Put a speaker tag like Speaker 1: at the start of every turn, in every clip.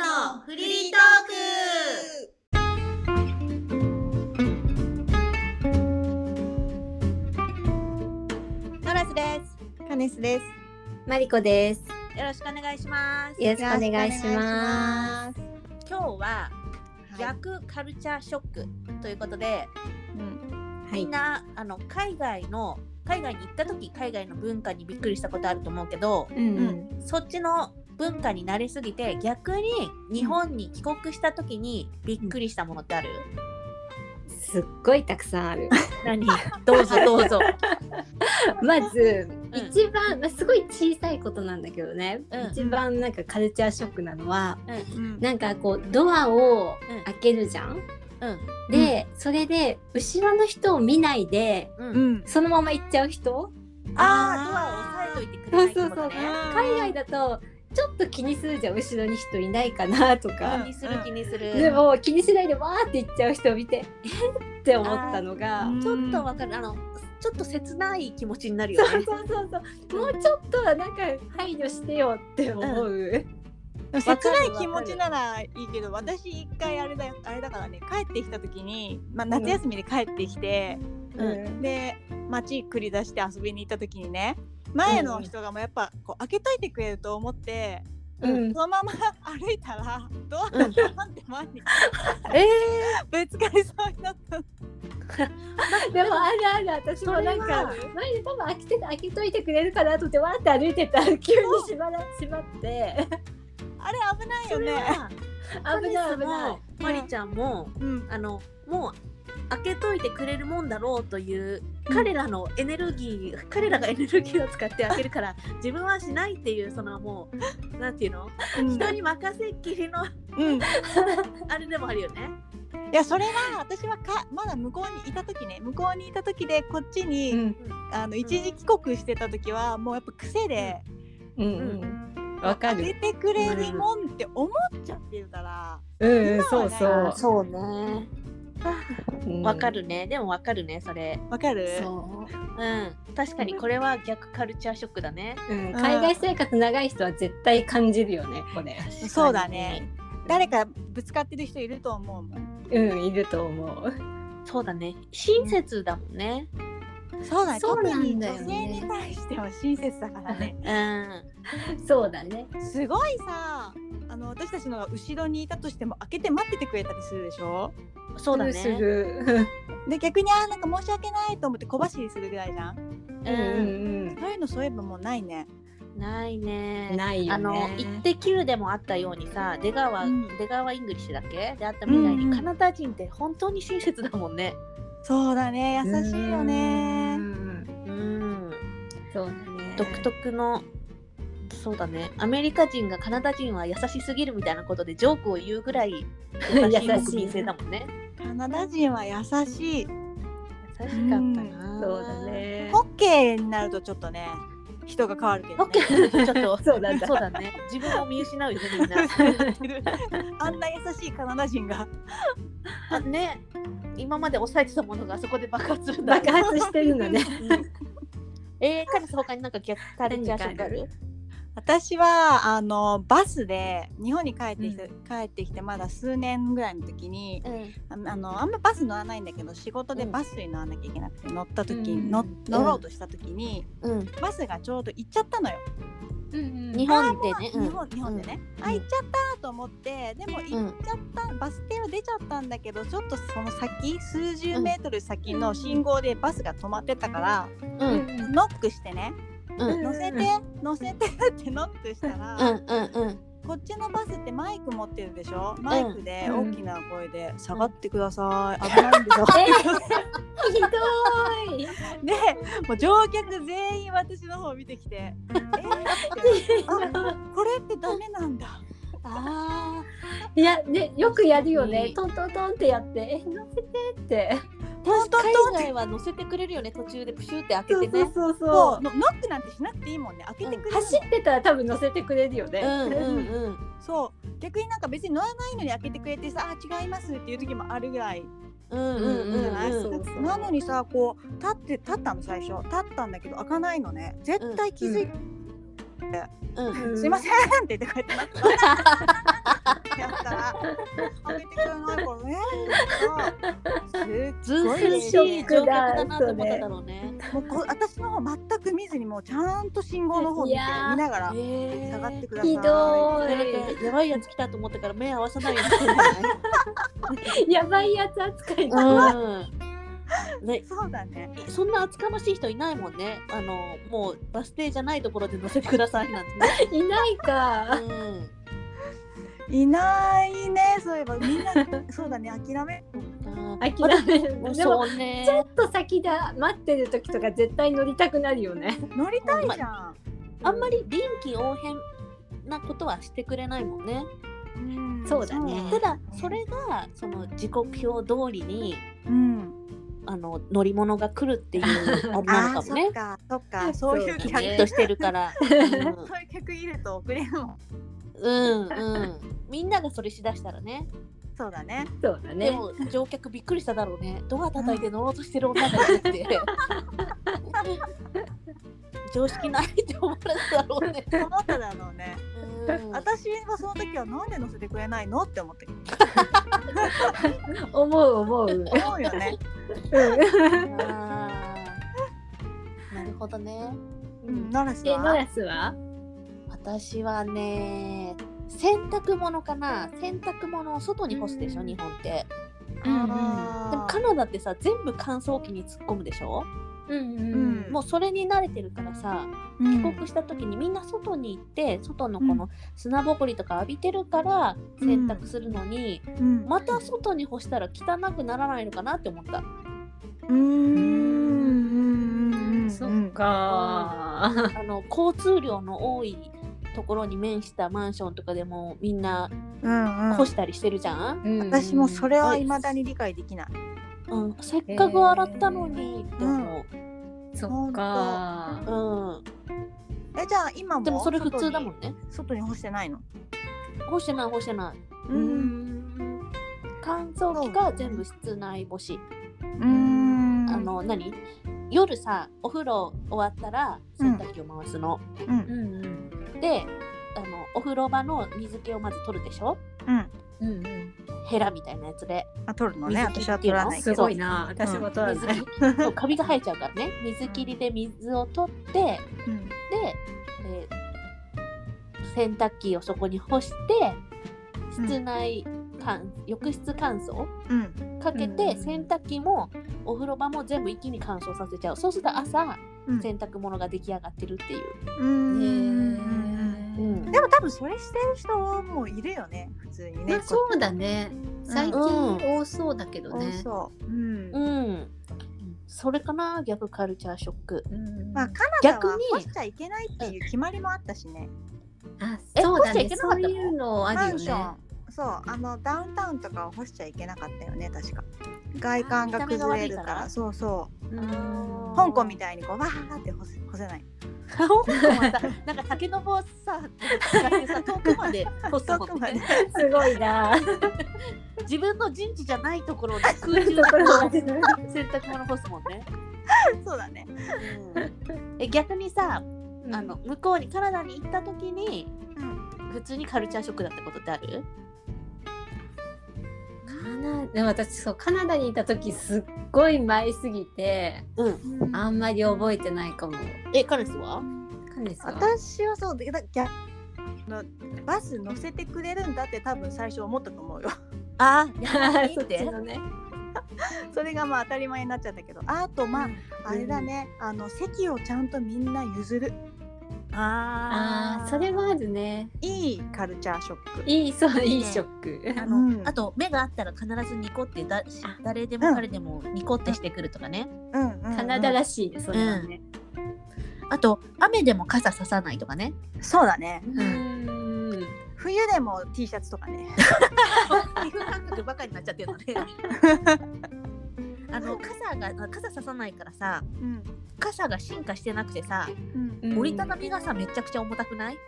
Speaker 1: のフリートーク
Speaker 2: ノラスです。
Speaker 3: カネスです。
Speaker 4: マリコです。
Speaker 2: よろしくお願いします。
Speaker 4: よろしくお願いします。
Speaker 2: 今日は
Speaker 3: はい。
Speaker 2: 逆カルチャーショックということで、
Speaker 3: うん
Speaker 4: は
Speaker 2: み
Speaker 4: い
Speaker 2: ん。なあの海外の海外に行った時海外の文化にびっくりしたことあると思うけど、
Speaker 4: うん
Speaker 3: う
Speaker 2: そっちの文化に慣れすぎて逆に日本に帰国した時にびっくりしたものってある？
Speaker 4: すっごいたくさんある。
Speaker 2: 何？どうぞど うぞ。
Speaker 4: まず、
Speaker 2: うん
Speaker 4: 一番、まあ、すごい小さいことなんだけどね、
Speaker 2: うん
Speaker 4: 一番なんかカルチャーショックなのは、
Speaker 3: うん
Speaker 4: なんかこうドアを
Speaker 2: うん
Speaker 4: 開けるじゃ
Speaker 2: う
Speaker 4: ん。
Speaker 2: ん
Speaker 4: で、それで後ろの人を見ないで、
Speaker 2: う。
Speaker 3: うんん。
Speaker 4: そのまま行っちゃう人。
Speaker 2: ああドアを押さえといてくれないってことね。
Speaker 4: 海外だとちょっと気にするじゃん。後ろに人いないかなとか
Speaker 2: 気。にする気にする。
Speaker 4: でも気にしないでわーって行っちゃう人を見て、えっって思ったのが。
Speaker 2: ちょっと
Speaker 3: は
Speaker 2: わかる。あの、ちょっと切ない気持ちになる
Speaker 4: そ
Speaker 2: よ
Speaker 4: う
Speaker 2: ね。
Speaker 4: そうそうそう。もうちょっとなんか配慮してよって思う。
Speaker 3: 切ない気持ちならいいけど、私一回あれだよあれだからね、帰ってきた時に、まあ夏休みで帰ってきて、
Speaker 2: うん
Speaker 3: で街繰り出して遊びに行った時にね、前の人がもうやっぱこう開けといてくれると思って、
Speaker 4: うん
Speaker 3: そのまま歩いた らドアがパンって前に
Speaker 2: え
Speaker 3: ぶつかりそうになった。
Speaker 4: でもあるある私もなん
Speaker 2: それは
Speaker 4: か前に多分開けて開けといてくれるかなと思ってわーって歩いてたら急に縛ら縛 って
Speaker 3: あれ危ない
Speaker 2: そ
Speaker 3: よ
Speaker 2: れ
Speaker 3: ね。
Speaker 2: は、
Speaker 4: 危ない危な
Speaker 2: も
Speaker 4: い。
Speaker 2: マリちゃんも、
Speaker 3: うん。
Speaker 2: あの、もう。開けといてくれるもんだろうという彼らのエネルギー、彼らがエネルギーを使って開けるから自分はしないっていうそのもうなんていうの人に任せっきりの
Speaker 3: うん。
Speaker 2: あれでもあるよね。
Speaker 3: いやそれは私はかまだ向こうにいた時ね向こうにいた時でこっちに、
Speaker 4: ん
Speaker 3: あの一時帰国してた時はもうやっぱ癖で
Speaker 4: うんうんわか
Speaker 3: 出。てくれるもんって思っちゃってるから、
Speaker 4: う
Speaker 3: 今
Speaker 4: ん
Speaker 3: はねあ
Speaker 2: そうね。
Speaker 4: うん
Speaker 2: わか。るね。でもわかるねそれ。
Speaker 3: わかる
Speaker 4: そ
Speaker 2: うん。確かにこれは逆カルチャーショックだね。
Speaker 4: う、うん、海外生活長い人は絶対感じるよねこれ。
Speaker 3: そうだね。誰かぶつかってる人いると思うもん
Speaker 4: うんいると思う。
Speaker 2: そうだね。親切だもんね。
Speaker 3: そうだね
Speaker 4: そうな
Speaker 3: 特に
Speaker 4: んだ
Speaker 3: 女
Speaker 4: よね
Speaker 3: 性に対しては親切だからね
Speaker 2: うん。
Speaker 4: そうだね。
Speaker 3: すごいさあの私たちのが後ろにいたとしても開けて待っててくれたりするでしょ
Speaker 2: そうだね。
Speaker 4: すぐ。
Speaker 3: で逆にあーなんか申し訳ないと思って小走りするぐらいじゃん
Speaker 2: う
Speaker 4: うん
Speaker 2: ん。
Speaker 4: うん
Speaker 3: そういうのそういえばもうないね
Speaker 2: ない
Speaker 4: うん。
Speaker 2: ね。
Speaker 4: ない
Speaker 2: あ
Speaker 4: よね。
Speaker 2: の「イッテ Q!」でもあったようにさ出川、
Speaker 3: うん
Speaker 2: 出川イングリッシュだっけであったみたいに、
Speaker 3: うんうん
Speaker 2: カナダ人って本当に親切だもんね。
Speaker 3: そうだね優しいよね
Speaker 4: うん
Speaker 2: うん、
Speaker 4: そうだね。
Speaker 2: 独特のそうだねアメリカ人がカナダ人は優しすぎるみたいなことでジョークを言うぐらい優しい
Speaker 4: 優しい
Speaker 2: 国民性だもんね。
Speaker 3: カナダ人は優しい
Speaker 2: 優しかったな。
Speaker 4: そうだ。ね。
Speaker 3: ホッケーになるとちょっとね人が変わるけ
Speaker 2: オ
Speaker 3: ど、
Speaker 2: ッケ
Speaker 3: ね、
Speaker 2: ーちょっと
Speaker 4: そうなんだ
Speaker 2: そうだね自分を見失うよねみん な。
Speaker 3: あんな優しいカナダ人が
Speaker 2: あね今まで抑えてたものがあそこで爆発するんだ
Speaker 4: 爆発してる のね。
Speaker 2: えー、カリス他になんか逆カレンジャーショックある
Speaker 3: 私はあのバスで日本に帰ってきて、帰ってきてまだ数年ぐらいの時に
Speaker 2: うん
Speaker 3: ああのあんまバス乗らないんだけど仕事でバスに乗らなきゃいけなくて乗った時に、
Speaker 4: うん
Speaker 3: 乗乗ろうとした時に、
Speaker 2: うん
Speaker 3: バスがちょうど行っちゃったのよ。
Speaker 2: 日本でね
Speaker 3: あーもう日本日本でね、あ行っちゃったと思ってでも
Speaker 2: う
Speaker 3: 行っ
Speaker 2: ん
Speaker 3: ちゃった、バス停は出ちゃったんだけどちょっとその先数十メートル先の信号でバスが止まってたから、
Speaker 2: う
Speaker 4: うんん
Speaker 3: ノックしてね
Speaker 2: うん
Speaker 3: 乗せて乗せてってノックしたら、
Speaker 2: うんうんうん
Speaker 3: こっちのバスってマイク持ってるでしょマイクで
Speaker 4: うん
Speaker 3: 大きな声で、下がってくださ い危ないんでしょ
Speaker 4: ひどい。
Speaker 3: でもう乗客全員私の方を見てきて「えーこれってダメなんだ」
Speaker 2: あ
Speaker 4: いやねよくやるよね
Speaker 2: う。ん
Speaker 4: トントントンってやってえ乗せてって。
Speaker 2: あ
Speaker 3: トントン
Speaker 2: 海
Speaker 3: トンって
Speaker 2: 外は乗せてくれるよね途中でプシューって開け
Speaker 4: そ
Speaker 2: て
Speaker 4: う
Speaker 2: ね
Speaker 4: そうそう
Speaker 3: も
Speaker 4: そう
Speaker 3: ノノックなんてしなくていいもんね開けてくれ
Speaker 4: う。
Speaker 3: るの、
Speaker 4: 走ってたら多分乗せてくれるよね。
Speaker 2: うんうんうん
Speaker 3: そう逆になんか別に乗らないのに開けてくれてさ「あ違います」っていう時もあるぐらい
Speaker 2: うんうんうん
Speaker 3: じゃない、
Speaker 2: うん
Speaker 4: そうそう
Speaker 3: なのにさこう立って立ったの最初立ったんだけど開かないのね絶対気づいて
Speaker 2: うん
Speaker 3: すいま
Speaker 4: せ
Speaker 3: せんって言ってこうやってやった開けてくれないからね。すっ
Speaker 2: ず
Speaker 3: ご
Speaker 2: う
Speaker 3: い
Speaker 2: ずう
Speaker 3: 嬉
Speaker 2: し
Speaker 3: し
Speaker 4: ショ
Speaker 2: い
Speaker 4: ック
Speaker 2: 乗客
Speaker 4: だ
Speaker 2: だなと思っただろうね。
Speaker 3: いもうこ私の方全く見ずにもうちゃんと信号の方見て
Speaker 4: いやー
Speaker 3: 見ながら
Speaker 2: え
Speaker 3: 下がってください。
Speaker 4: ひど
Speaker 2: なんかやばいやつ来たと思ったから目合わさないようにして
Speaker 4: い。 やばいやつ扱いだ。
Speaker 2: ない。ね、
Speaker 3: そうだね。
Speaker 2: そんな厚かましい人いないもんね。あのもうバス停じゃないところで乗せてくださいなんてね。
Speaker 4: いないか。
Speaker 3: いないね。そういえばみんなそうだね諦め。
Speaker 2: うん。
Speaker 4: 諦める。
Speaker 2: まだ
Speaker 4: で
Speaker 2: そ
Speaker 4: も
Speaker 2: うね
Speaker 4: ち。ょっと先だ待ってる時とか絶対乗りたくなるよね。
Speaker 3: 乗りたいじゃん。
Speaker 2: あんまり臨機応変なことはしてくれないもんね。
Speaker 3: ん
Speaker 4: そうだね
Speaker 2: ただそれがその時刻表通りに
Speaker 3: うん。
Speaker 2: あの乗り物が来るっていうあれなの
Speaker 3: ああ
Speaker 2: かも
Speaker 3: そ
Speaker 2: ね
Speaker 3: っ。かそっかそういう
Speaker 2: キ
Speaker 3: 客
Speaker 2: ャッとしてる から。
Speaker 3: そういう客いると遅れるもん。
Speaker 2: うん、うん、うん。みんながそれしだしたらね。
Speaker 3: そうだね。
Speaker 4: そうだ
Speaker 2: で
Speaker 4: ね。
Speaker 2: も乗客びっくりしただろうね。ドア叩いて乗ろうとしてる女がいてて。 常識ないって思われただろうね。
Speaker 3: 思っただろうね。
Speaker 2: うん
Speaker 3: 私はその時はなんで乗せてくれないのって思って
Speaker 4: 思う思う。
Speaker 3: 思うよね。
Speaker 2: あーなるほどね。
Speaker 3: うん、ノラス
Speaker 4: え、ノ
Speaker 3: は。
Speaker 4: ラスは？
Speaker 2: 私はね洗濯物かな洗濯物を外に干すでしょ、
Speaker 4: うん
Speaker 2: 日本って
Speaker 4: うん
Speaker 2: でもカナダってさ全部乾燥機に突っ込むでしょ、
Speaker 4: う
Speaker 3: う
Speaker 4: ん
Speaker 3: ん
Speaker 2: もうそれに慣れてるからさ
Speaker 3: うん
Speaker 2: 帰国した時にみんな外に行って外のこの砂ぼこりとか浴びてるから洗濯するのに、
Speaker 3: うん
Speaker 2: また外に干したら汚くならないのかなって思った、
Speaker 3: うーん
Speaker 4: そっかー。
Speaker 2: あの交通量の多いところに面したマンションとかでもみんな
Speaker 3: うんうん
Speaker 2: 干したりしてるじゃん、
Speaker 3: 私もそれは未だ
Speaker 4: に。
Speaker 3: に理解できない。
Speaker 2: うん、せっかく洗ったのにって思
Speaker 4: そっかー。
Speaker 2: う、
Speaker 3: えじゃあ今
Speaker 2: う
Speaker 3: も
Speaker 2: ん、でもそれ普通だもんね
Speaker 3: 外に外に干してないの。
Speaker 2: 干してない干してない
Speaker 4: うん。
Speaker 2: 乾燥機が全部室内干し、
Speaker 3: うーん
Speaker 2: あの何夜さお風呂終わったら洗濯機を回すの、
Speaker 3: うん
Speaker 4: うんうん
Speaker 2: であのお風呂場の水気をまず取るでしょ
Speaker 3: うん
Speaker 4: うんうん。
Speaker 2: ヘラみたいなやつで
Speaker 3: あ取るのね
Speaker 2: 水切
Speaker 3: 私
Speaker 2: り
Speaker 3: は
Speaker 2: ってい
Speaker 3: 取
Speaker 2: うの
Speaker 3: らないけど。
Speaker 4: すごいな。私も取ら
Speaker 2: 水
Speaker 4: ない。
Speaker 2: 切りそうカビが生えちゃうからね水切りで水を取ってで、
Speaker 3: うん
Speaker 2: えー洗濯機をそこに干して室内乾、浴室乾燥
Speaker 3: うん
Speaker 2: かけ
Speaker 4: うんうん
Speaker 2: て
Speaker 4: うん
Speaker 2: 洗濯機もお風呂場も全部一気に乾燥させちゃうそうすると朝
Speaker 3: うん
Speaker 2: 洗濯物が出来上がってるっていう、
Speaker 3: うーん
Speaker 2: うん
Speaker 3: でも多分それしてる人もいるよね普通にね。
Speaker 1: ね、そうだね。最近
Speaker 2: うん
Speaker 1: 多そうだけど
Speaker 3: 多
Speaker 1: ね。
Speaker 3: そう。うん
Speaker 2: うん、それかな逆カルチャーショッ ク
Speaker 4: うん
Speaker 3: まあカナダは
Speaker 2: 逆に
Speaker 3: 干しちゃいけないっていう決まりもあったしね。
Speaker 1: あ、
Speaker 2: え
Speaker 1: そうだね
Speaker 2: 干し。ちゃいけなか
Speaker 1: そ
Speaker 2: った
Speaker 1: う
Speaker 2: の
Speaker 1: いうのあ
Speaker 3: マ
Speaker 1: るよ
Speaker 3: ンシ
Speaker 1: ね
Speaker 3: ョン。そうあのダウンタウンとかは干しちゃいけなかったよね確か。外観が崩れ
Speaker 2: 見た
Speaker 3: るから
Speaker 2: 目が悪いから
Speaker 3: そうそう
Speaker 4: うん
Speaker 3: 香港みたいにこうわーって干せ干せない。
Speaker 2: 香港はさなんか竹の棒さ使ってさ遠くまで干すもんね
Speaker 4: すごいな。
Speaker 2: 自分の陣地じゃないところで空中で洗濯物干すもんね、
Speaker 3: そうだね。
Speaker 2: え逆にさあの向こうにカナダに行った時に
Speaker 3: うん
Speaker 2: 普通にカルチャーショックだったことってある
Speaker 4: カナでも私そうカナダにいた時すっごい前すぎて
Speaker 2: うん
Speaker 4: あんまり覚えてないかも。
Speaker 2: え彼氏は
Speaker 4: カネさん
Speaker 3: 私はそうでだ逆のバス乗せてくれるんだって多分最初思ったと思うよ
Speaker 2: あ
Speaker 4: あー
Speaker 2: そ
Speaker 4: そ
Speaker 2: っ
Speaker 4: っ
Speaker 2: ち
Speaker 4: ち
Speaker 2: の
Speaker 4: のね。
Speaker 3: それがまあ当たり前になっちゃったけどあとまああれだね、あの席をちゃんとみんな譲る
Speaker 2: あ
Speaker 4: ああそれはあるね。
Speaker 3: いいカルチャーショック
Speaker 4: いいそう
Speaker 2: いいね
Speaker 4: いいショック。
Speaker 2: あの、
Speaker 3: うん
Speaker 2: あと目があったら必ずニコってだし誰でも
Speaker 3: うん
Speaker 2: 彼でもニコってしてくるとかね、
Speaker 3: うんうんうん
Speaker 4: カナダらしいねそれはね。
Speaker 2: あと雨でも傘ささないとかね
Speaker 3: そうだね
Speaker 2: ん
Speaker 4: うん
Speaker 3: 冬でも T シャツとかね
Speaker 2: 皮膚感覚ばかりになっちゃってるのであの傘が傘ささないからさ
Speaker 3: うん
Speaker 2: 傘が進化してなくてさ
Speaker 3: うん
Speaker 4: うん
Speaker 2: 折りたたみ傘めちゃくちゃ重たくない、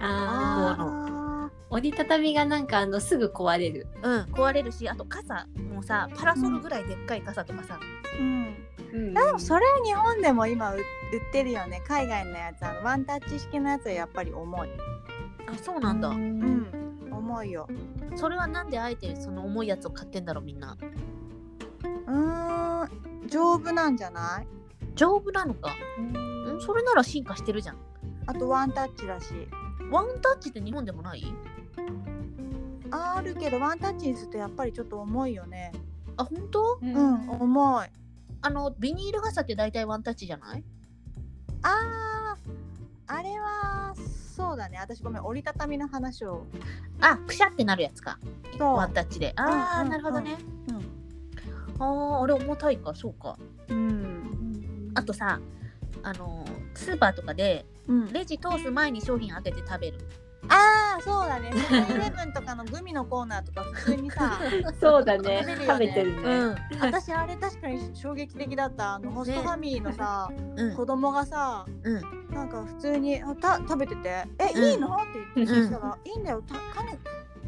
Speaker 4: ああ
Speaker 3: あ
Speaker 4: 折りたたみがなんかあのすぐ壊れる。
Speaker 2: うん、壊れるしあと傘もさパラソルぐらいでっかい傘とかさ、
Speaker 3: ーうん
Speaker 4: うん
Speaker 3: あでもそれ日本でも今う売ってるよね海外のやつあのワンタッチ式のやつはやっぱり重い
Speaker 2: あそうなんだ、
Speaker 3: うん重思いよ
Speaker 2: それはなんであえてその重いやつを買ってんだろうみんな
Speaker 3: うーん丈夫なんじゃない
Speaker 2: 丈夫なのかうんそれなら進化してるじゃん
Speaker 3: あとワンタッチだし
Speaker 2: ワンタッチって日本でもない
Speaker 3: あるけどワンタッチにするとやっぱりちょっと重いよね
Speaker 2: あ本当
Speaker 4: う
Speaker 3: うん、重い
Speaker 2: あのビニール傘って大体ワンタッチじゃない
Speaker 3: あーあれはそうだね私ごめん折りたたみの話を
Speaker 2: あくしゃってなるやつか
Speaker 3: そう
Speaker 2: ワンタッチでああ、
Speaker 3: うんうん
Speaker 2: なるほどね、
Speaker 3: うん
Speaker 2: あああれ重たいかそうか
Speaker 3: うん
Speaker 2: あとさあのースーパーとかで
Speaker 3: うん
Speaker 2: レジ通す前に商品開けて食べる
Speaker 3: ああそうだねセブンイレブンとかのグミのコーナーとか普通にさ
Speaker 4: そうだね
Speaker 3: 食べるよ
Speaker 4: 食
Speaker 3: ね
Speaker 4: べてるね、
Speaker 2: ん
Speaker 3: 私あれ確かに衝撃的だったあのホストファミリーのさ、
Speaker 2: うん
Speaker 3: 子供がさ
Speaker 2: うん
Speaker 3: なんか普通にあた食べてて「え、
Speaker 2: うん
Speaker 3: いいの?」って言ってそしたら「いいんだよたカネ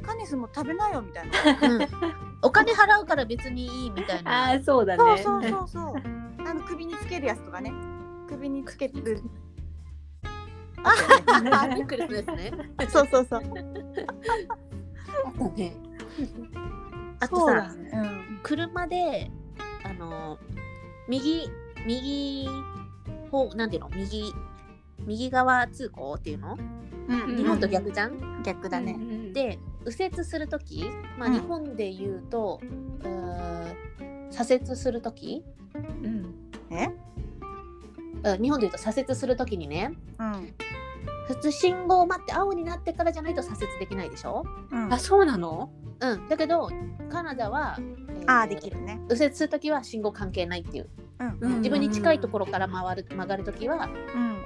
Speaker 3: カネスも食べなよ」みたいな、
Speaker 2: うんお金払うから別にいいみたいな
Speaker 4: ああそうだ
Speaker 3: そう
Speaker 4: ね
Speaker 3: そうそうそうあの首につけるやつとかね首につける
Speaker 2: あネックレスですね
Speaker 3: そうそうそう
Speaker 1: ね。
Speaker 2: あとさ、
Speaker 3: ねうん、
Speaker 2: 車であの右右方なんていうの右右側通行っていうの、
Speaker 3: うん
Speaker 2: 日本と逆じゃん、
Speaker 3: 逆だね、
Speaker 1: ね
Speaker 2: で右折する時、まあ、
Speaker 3: うん
Speaker 2: 日本で言うと、うー左折する時
Speaker 1: うん、
Speaker 2: うん日本で言うと左折する時にね
Speaker 3: うん
Speaker 2: 普通信号を待って青になってからじゃないと左折できないでしょ、
Speaker 3: うん、
Speaker 1: あ、そうなの。
Speaker 2: うん、だけどカナダは、えー
Speaker 3: ああできるね、
Speaker 2: 右折する時は信号関係ないっていう
Speaker 3: うん
Speaker 1: うん
Speaker 2: 自分に近いところから回る曲がる時は
Speaker 3: うん、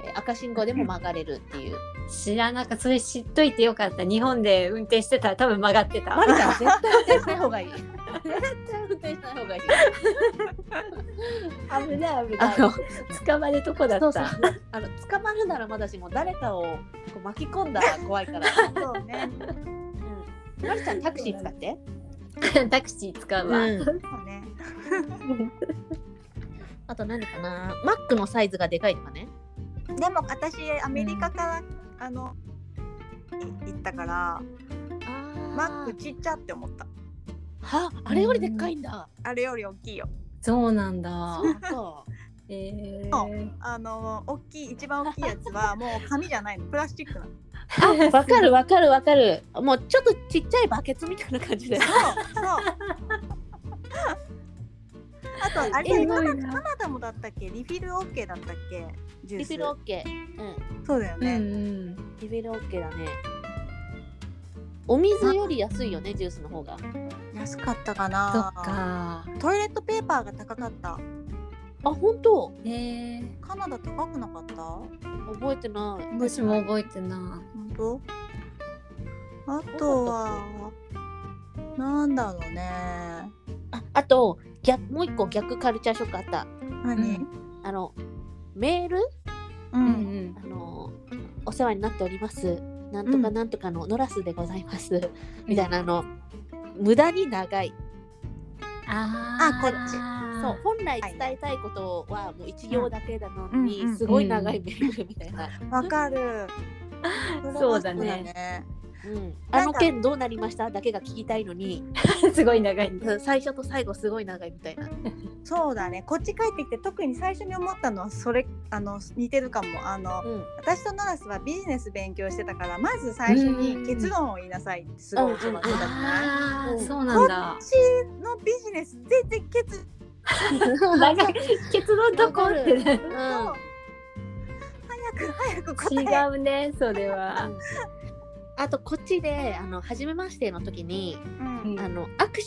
Speaker 2: えー赤信号でも曲がれるって いう。
Speaker 4: 知らなかったそれ知っといてよかった日本で運転してたら多分曲がってた
Speaker 2: マリカは絶対運転しない方がいい。絶対運転しない方がいい。
Speaker 4: 危ない危
Speaker 2: あ
Speaker 4: ない
Speaker 2: の、
Speaker 4: 捕まるとこだった
Speaker 2: そうそう。あの捕まるならまだしも誰かをこう巻き込んだら怖いから。
Speaker 3: そうね
Speaker 2: マリちゃんタクシー使って。
Speaker 4: タクシー使うわ、
Speaker 3: そうね
Speaker 2: あと何かな。マックのサイズがでかいとかね。
Speaker 3: でも私アメリカから、あの行ったからマック。ちっちゃって思った
Speaker 2: はあれよりでっかいんだ。
Speaker 3: あれより大きいよ
Speaker 4: そうなんだ
Speaker 2: そうか。
Speaker 4: えー、
Speaker 3: あの大きい一番大きいや つはもう紙じゃないのプラスチックなの
Speaker 2: あわかるわかるわかる。もうちょっとちっちゃいバケツみたいな感じで。
Speaker 3: そうそうあとあれ
Speaker 4: えー
Speaker 3: カ
Speaker 4: すご
Speaker 3: ナ
Speaker 4: いな
Speaker 3: カナダもだったっけリフィル OK だったっけジ ュー
Speaker 2: リ
Speaker 3: ス
Speaker 2: フィルオッケー。うん。
Speaker 3: そうだよ
Speaker 4: う
Speaker 3: ね、
Speaker 4: ん
Speaker 2: リベルオッケーだね。お水より安いよね、ジュースの方が。
Speaker 3: 安かったか
Speaker 4: そ
Speaker 3: な
Speaker 4: っか
Speaker 3: トイレットペーパーが高かった
Speaker 2: あ、本当
Speaker 4: えー、
Speaker 3: カナダ高くなかった本
Speaker 2: 覚えてない。
Speaker 4: 私も覚えてな
Speaker 3: 当あとはなんだろうね
Speaker 2: ああと逆、もう一個逆カルチャーショックあった。
Speaker 3: 何
Speaker 2: あの、メール
Speaker 3: う
Speaker 4: い、うん
Speaker 3: ん
Speaker 2: あの、お世話になっております。なんとかなんとかのノラスでございます。みたいな、あの、無駄に長い。
Speaker 4: あ
Speaker 3: あこっち
Speaker 2: そう
Speaker 4: そ
Speaker 2: 本来伝えたいことはもう一行だけなのに、
Speaker 3: うん
Speaker 2: すごい長いメールみたいな。
Speaker 3: わか る
Speaker 4: そうだね
Speaker 2: うん、あの件どうなりましただけが聞きたいのに、
Speaker 4: う すごい長いんだ
Speaker 2: うん最初と最後すごい長いみたいな。
Speaker 3: そうだねこっち帰ってきて特に最初に思ったのはそれあの似てるかもあの
Speaker 2: うん
Speaker 3: 私とノラスはビジネス勉強してたからまず最初
Speaker 4: うん
Speaker 3: に結論を言いなさいってすごい教わってたじゃない
Speaker 4: あ
Speaker 2: うん
Speaker 4: ーそうなんだ
Speaker 3: こっちのビジネス全然結
Speaker 4: 長い結論とこってね
Speaker 2: うん
Speaker 3: 論を早く早く答
Speaker 4: 違
Speaker 3: え
Speaker 4: うねそれは
Speaker 2: あとこっちであの初めましての時に
Speaker 3: うんうん
Speaker 2: あの握手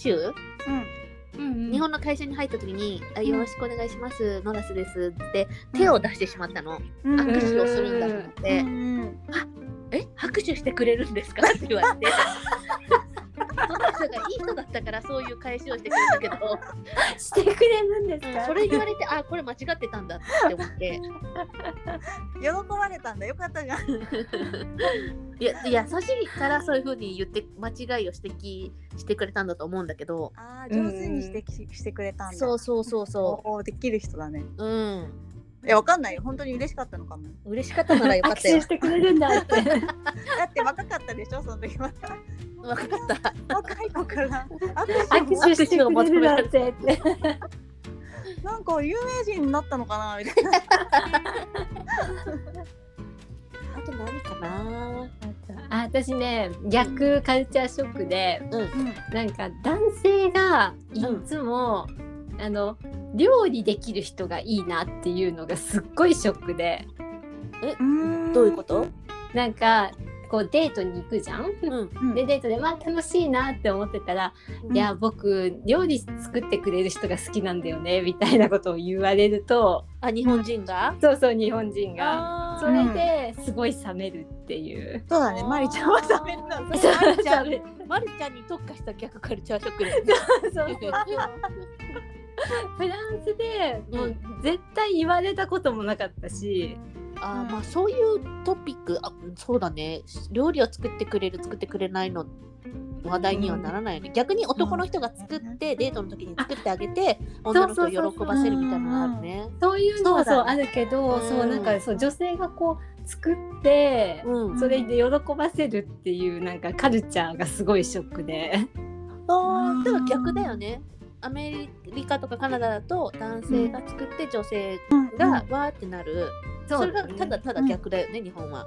Speaker 2: 日
Speaker 4: 日
Speaker 2: 本の会社に入った時に「あよろしくお願いしますノラスです」って手を出してしまったの
Speaker 3: うん
Speaker 2: 握手をするんだと思って
Speaker 3: うんうん
Speaker 2: 「え拍手してくれるんですか?」って言われて。 その人がいい人だったからそういう返しをしてくれたけど、
Speaker 4: してくれるんです
Speaker 2: うん
Speaker 4: か
Speaker 2: それ言われてあこれ間違ってたんだって思って
Speaker 3: 喜ばれたんだよかったじ ゃん
Speaker 2: いや優しいからそういうふうに言って間違いを指摘してくれたんだと思うんだけど
Speaker 3: あー上手にしてきしてくれたんだ
Speaker 2: そうそうそうそ
Speaker 3: おーできる人だね
Speaker 2: ううん
Speaker 3: いやわかんないよ本当に嬉しかったのかも
Speaker 2: 嬉しかったならよかっ
Speaker 4: 握
Speaker 2: た
Speaker 4: 手
Speaker 2: よ
Speaker 4: し。てくれるんだって。
Speaker 3: だって若かったでしょその時まだ
Speaker 2: 分かった。
Speaker 3: 若い子から
Speaker 4: 握
Speaker 3: 握
Speaker 4: 手してくれるなんてって。
Speaker 3: 手なんか有名人になったのかなみたいな
Speaker 2: あと何かな。
Speaker 4: あ私ね逆カルチャーショックで
Speaker 3: うん
Speaker 4: なんか男性がいつも、あの料理できる人がいいなっていうのがすっごいショックで
Speaker 3: うん
Speaker 2: どういうこと？
Speaker 4: なんかこうデートに行くじゃん。
Speaker 2: うん。
Speaker 3: うん
Speaker 4: でデートでまあ楽しいなって思ってたら「
Speaker 3: うん
Speaker 4: いや僕料理作ってくれる人が好きなんだよね」みたいなことを言われると
Speaker 2: あ日本人が？
Speaker 4: そうそう日本人が
Speaker 2: あ
Speaker 4: それですごい冷めるっていう。
Speaker 3: そうだねまりちゃんはダメだ
Speaker 2: それマリちゃ
Speaker 4: 冷
Speaker 2: ん
Speaker 4: める
Speaker 2: マリちゃんに特化した逆カルチャーショックで
Speaker 4: そうそう フランスでもう絶対言われたこともなかったし、
Speaker 2: あーまあそういうトピックあそうだね料理を作ってくれる作ってくれないの話題にはならないよね、逆に男の人が作って、デートの時に作ってあげて女の子を喜ばせるみたいなのあるね。
Speaker 4: そういうのはそう
Speaker 3: そうだ
Speaker 4: あるけど、
Speaker 2: うん
Speaker 4: そうなんかそう女性がこう作って、
Speaker 2: うん
Speaker 4: それで喜ばせるっていうなんかカルチャーがすごいショックで。
Speaker 2: あーだから逆だよねアメリカとかカナダだと男性が作って女性がわーってなる、それがただただ逆だよね、日本は、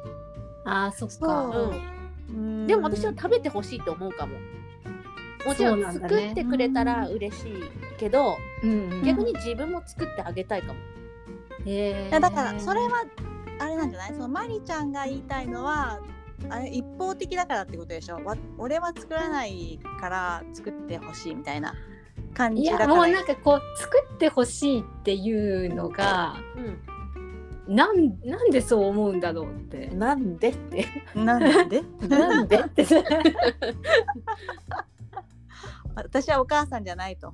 Speaker 4: あーそっ
Speaker 3: そう
Speaker 4: か。
Speaker 2: うん、でも私は食べてほしいと思うかももちろ
Speaker 4: そ
Speaker 2: ん
Speaker 4: うなんだね
Speaker 2: 作ってくれたら嬉しいけど、
Speaker 4: うん
Speaker 2: 逆に自分も作ってあげたいかも、
Speaker 4: へー
Speaker 3: いやだからそれはあれなんじゃないそのマリちゃんが言いたいのはあれ一方的だからってことでしょわ俺は作らないから作ってほしいみたいな感
Speaker 4: い
Speaker 3: じだ
Speaker 4: や
Speaker 3: か
Speaker 4: もう
Speaker 3: ら
Speaker 4: なんかこう作ってほしいっていうのがなんなんでそう思うんだろうって
Speaker 2: うん、。なんでって
Speaker 3: なんで
Speaker 4: なんでってさ
Speaker 3: 私はお母さんじゃないと。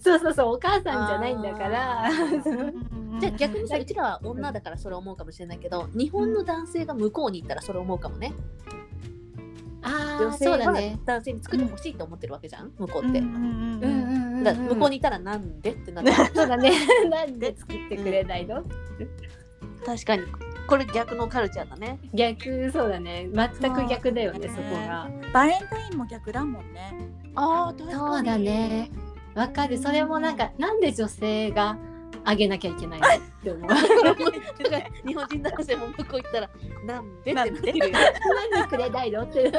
Speaker 4: そうそうそうお母さんじゃないんだから
Speaker 2: あー
Speaker 4: その
Speaker 2: じゃあ逆にさ
Speaker 4: うん
Speaker 2: うちらは女だからそれ思うかもしれないけど日本の男性が向こうに行ったらそれ思うかもね
Speaker 4: あ
Speaker 2: 女
Speaker 4: あ
Speaker 2: 性
Speaker 4: そうだ
Speaker 2: は
Speaker 4: ね。
Speaker 2: 男性に作ってほしいと思ってるわけじゃん向こうって、
Speaker 3: うんうん
Speaker 4: う
Speaker 3: うん
Speaker 4: んうんうんうん
Speaker 2: だから向こうにいたらなんでってなる
Speaker 4: そうだね。なんで作ってくれないの？
Speaker 2: 確かにこれ逆のカルチャーだね
Speaker 4: 逆そうだね。全く逆だよねそ
Speaker 3: そうだね
Speaker 4: こが。
Speaker 3: バレンタインも逆だもんね。
Speaker 2: ああ確
Speaker 4: そうだ ね。わかる。それもなんかなんで女性があげなきゃいけないのっ て思う。な
Speaker 2: だ
Speaker 4: ん
Speaker 2: から日本人男性も向こう行ったらなんでってなってるよ
Speaker 4: でくれないのって。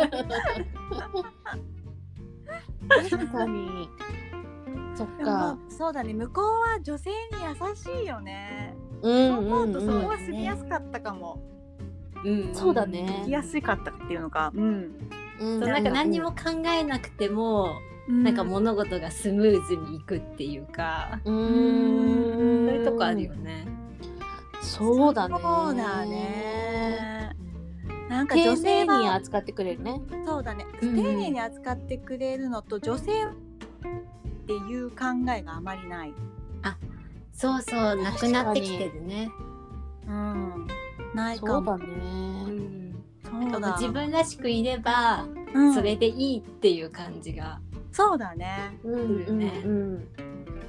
Speaker 2: 確かにそっ
Speaker 3: でもま
Speaker 2: か
Speaker 3: あそうだね向こうは女性に優しいよね。
Speaker 2: う
Speaker 3: そう思うとそこ
Speaker 2: ん
Speaker 3: は住みやすかったかも。
Speaker 4: うん
Speaker 2: そうだね
Speaker 3: 生きやすかったっていうのか。うん。
Speaker 2: うん
Speaker 4: そうなんか何にも考えなくても、なんか物事がスムーズにいくっていうか、
Speaker 2: う
Speaker 4: そ
Speaker 2: ん
Speaker 4: ういうとこあるよね。
Speaker 2: そうだね
Speaker 3: そうだね。なんか女
Speaker 2: 女
Speaker 3: 性
Speaker 2: 性
Speaker 3: は
Speaker 2: に扱ってくれるね
Speaker 3: そうだね、
Speaker 4: うん
Speaker 3: 丁寧に扱ってくれるのと女性っていう考えがあまりない。
Speaker 4: そうそうなくなってきてるね。
Speaker 3: うん。ない
Speaker 2: そ
Speaker 3: か
Speaker 2: うだ
Speaker 3: も。
Speaker 2: ね
Speaker 4: うん
Speaker 3: そうだ。
Speaker 4: 自分らしくいれば、
Speaker 3: うん
Speaker 4: それでいいっていう感じが。
Speaker 3: そうだね。
Speaker 2: うんうん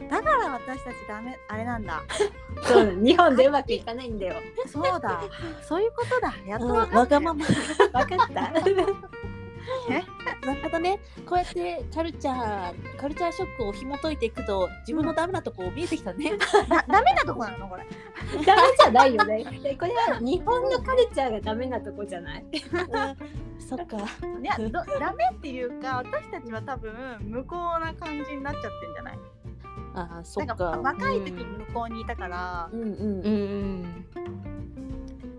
Speaker 3: だから私たちダメあれなんだ。
Speaker 4: そう日本でうまくいかないんだよ。
Speaker 3: そうだ。そういうことだ。やっとわか
Speaker 2: わ
Speaker 3: った
Speaker 2: がま
Speaker 3: よ
Speaker 2: ま
Speaker 4: わかった。
Speaker 2: なるほどねこうやってカルチャーカルチャーショックを紐解いていくと自分のダメなとこ見えてきたね、
Speaker 3: だダメなとこなのこれ。
Speaker 4: ダメじゃないよね。でこれは日本のカルチャーがダメなとこじゃない。
Speaker 2: そっか
Speaker 3: いやどダメっていうか私たちは多分無効な感じになっちゃってんじゃない。
Speaker 2: あーそっ
Speaker 3: な
Speaker 2: か
Speaker 3: んか若い時に無効にいたから、
Speaker 2: うんうん、
Speaker 4: ん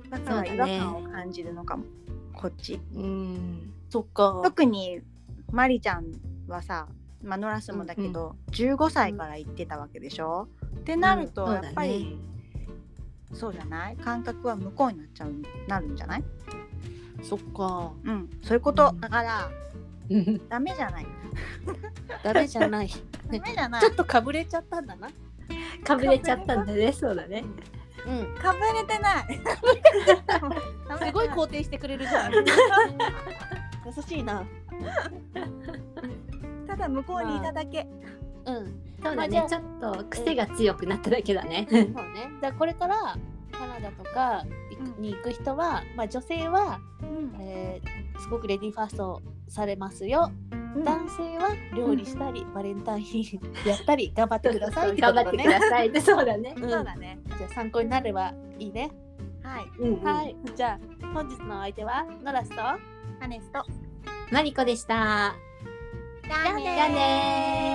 Speaker 3: だから
Speaker 4: そ
Speaker 3: 違
Speaker 4: う
Speaker 3: 和
Speaker 4: だね
Speaker 3: 感を感じるのかも。こっち。
Speaker 4: うん。
Speaker 2: そっか
Speaker 3: 特にマリちゃんはさ、まあ、ノラスもだけど、15歳から行ってたわけでしょ、ってなると
Speaker 4: う
Speaker 3: や
Speaker 4: んそうだね
Speaker 3: っぱり、そうじゃない感覚は向こうになっちゃうなるんじゃない
Speaker 2: そっか
Speaker 3: うんそういうこと、
Speaker 4: うん
Speaker 3: だから
Speaker 4: うん
Speaker 3: ダメじゃない
Speaker 2: ダメじゃないち
Speaker 3: ダメじゃない
Speaker 2: ょっとかぶれちゃったんだな
Speaker 4: かぶれちゃったんだね。そうだね。
Speaker 2: うん
Speaker 3: かぶれて ない
Speaker 2: すごい
Speaker 3: こ
Speaker 2: 肯定してくれるじゃん優しいな
Speaker 3: ただ向こうにいただけ、
Speaker 2: うん
Speaker 4: そう
Speaker 2: ま
Speaker 4: だ
Speaker 2: あじゃ
Speaker 4: ね
Speaker 2: あ
Speaker 4: ちょっと癖が強くなっただけだね。
Speaker 2: そうね。だからこれからカナダとか行くに行く人は、まあ女性は、
Speaker 3: うん
Speaker 2: えーすごくレディーファーストされますよ。男性は料理したり、バレンタインやったり頑張ってくださいってこ
Speaker 4: 頑
Speaker 2: と
Speaker 4: 張っ
Speaker 2: だ
Speaker 4: て
Speaker 2: ね。
Speaker 4: くださいって そうだね。
Speaker 2: うん
Speaker 3: そうだね。
Speaker 2: じゃあ参考になればいいね。
Speaker 3: はい。
Speaker 4: うん
Speaker 2: は
Speaker 4: はい、
Speaker 2: い。じゃあ本日のお相手はノラスと。
Speaker 3: ハネスと。
Speaker 4: マリコでした。
Speaker 3: じゃあ
Speaker 2: じ
Speaker 4: じゃあねー